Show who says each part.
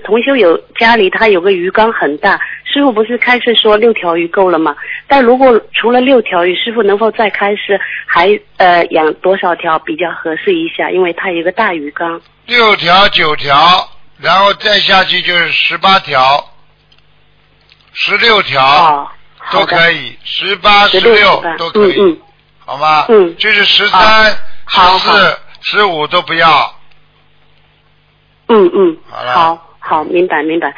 Speaker 1: 同修有家里他有个鱼缸很大，师傅不是开示说六条鱼够了吗？但如果除了六条鱼，师傅能否再开示还呃养多少条比较合适一下？因为它有个大鱼缸。
Speaker 2: 六条、九条，然后再下去就是十八条、十六条、
Speaker 1: 哦，好
Speaker 2: 都
Speaker 1: 的
Speaker 2: 可。以，十八、十
Speaker 1: 十六
Speaker 2: 六
Speaker 1: 吧
Speaker 2: 都可以，
Speaker 1: 嗯嗯，
Speaker 2: 好吗？
Speaker 1: 嗯
Speaker 2: 就是十
Speaker 1: 好
Speaker 2: 三、十
Speaker 1: 好好
Speaker 2: 四、十五都不要。
Speaker 1: 嗯嗯，嗯
Speaker 2: 好了
Speaker 1: 好好明白明白。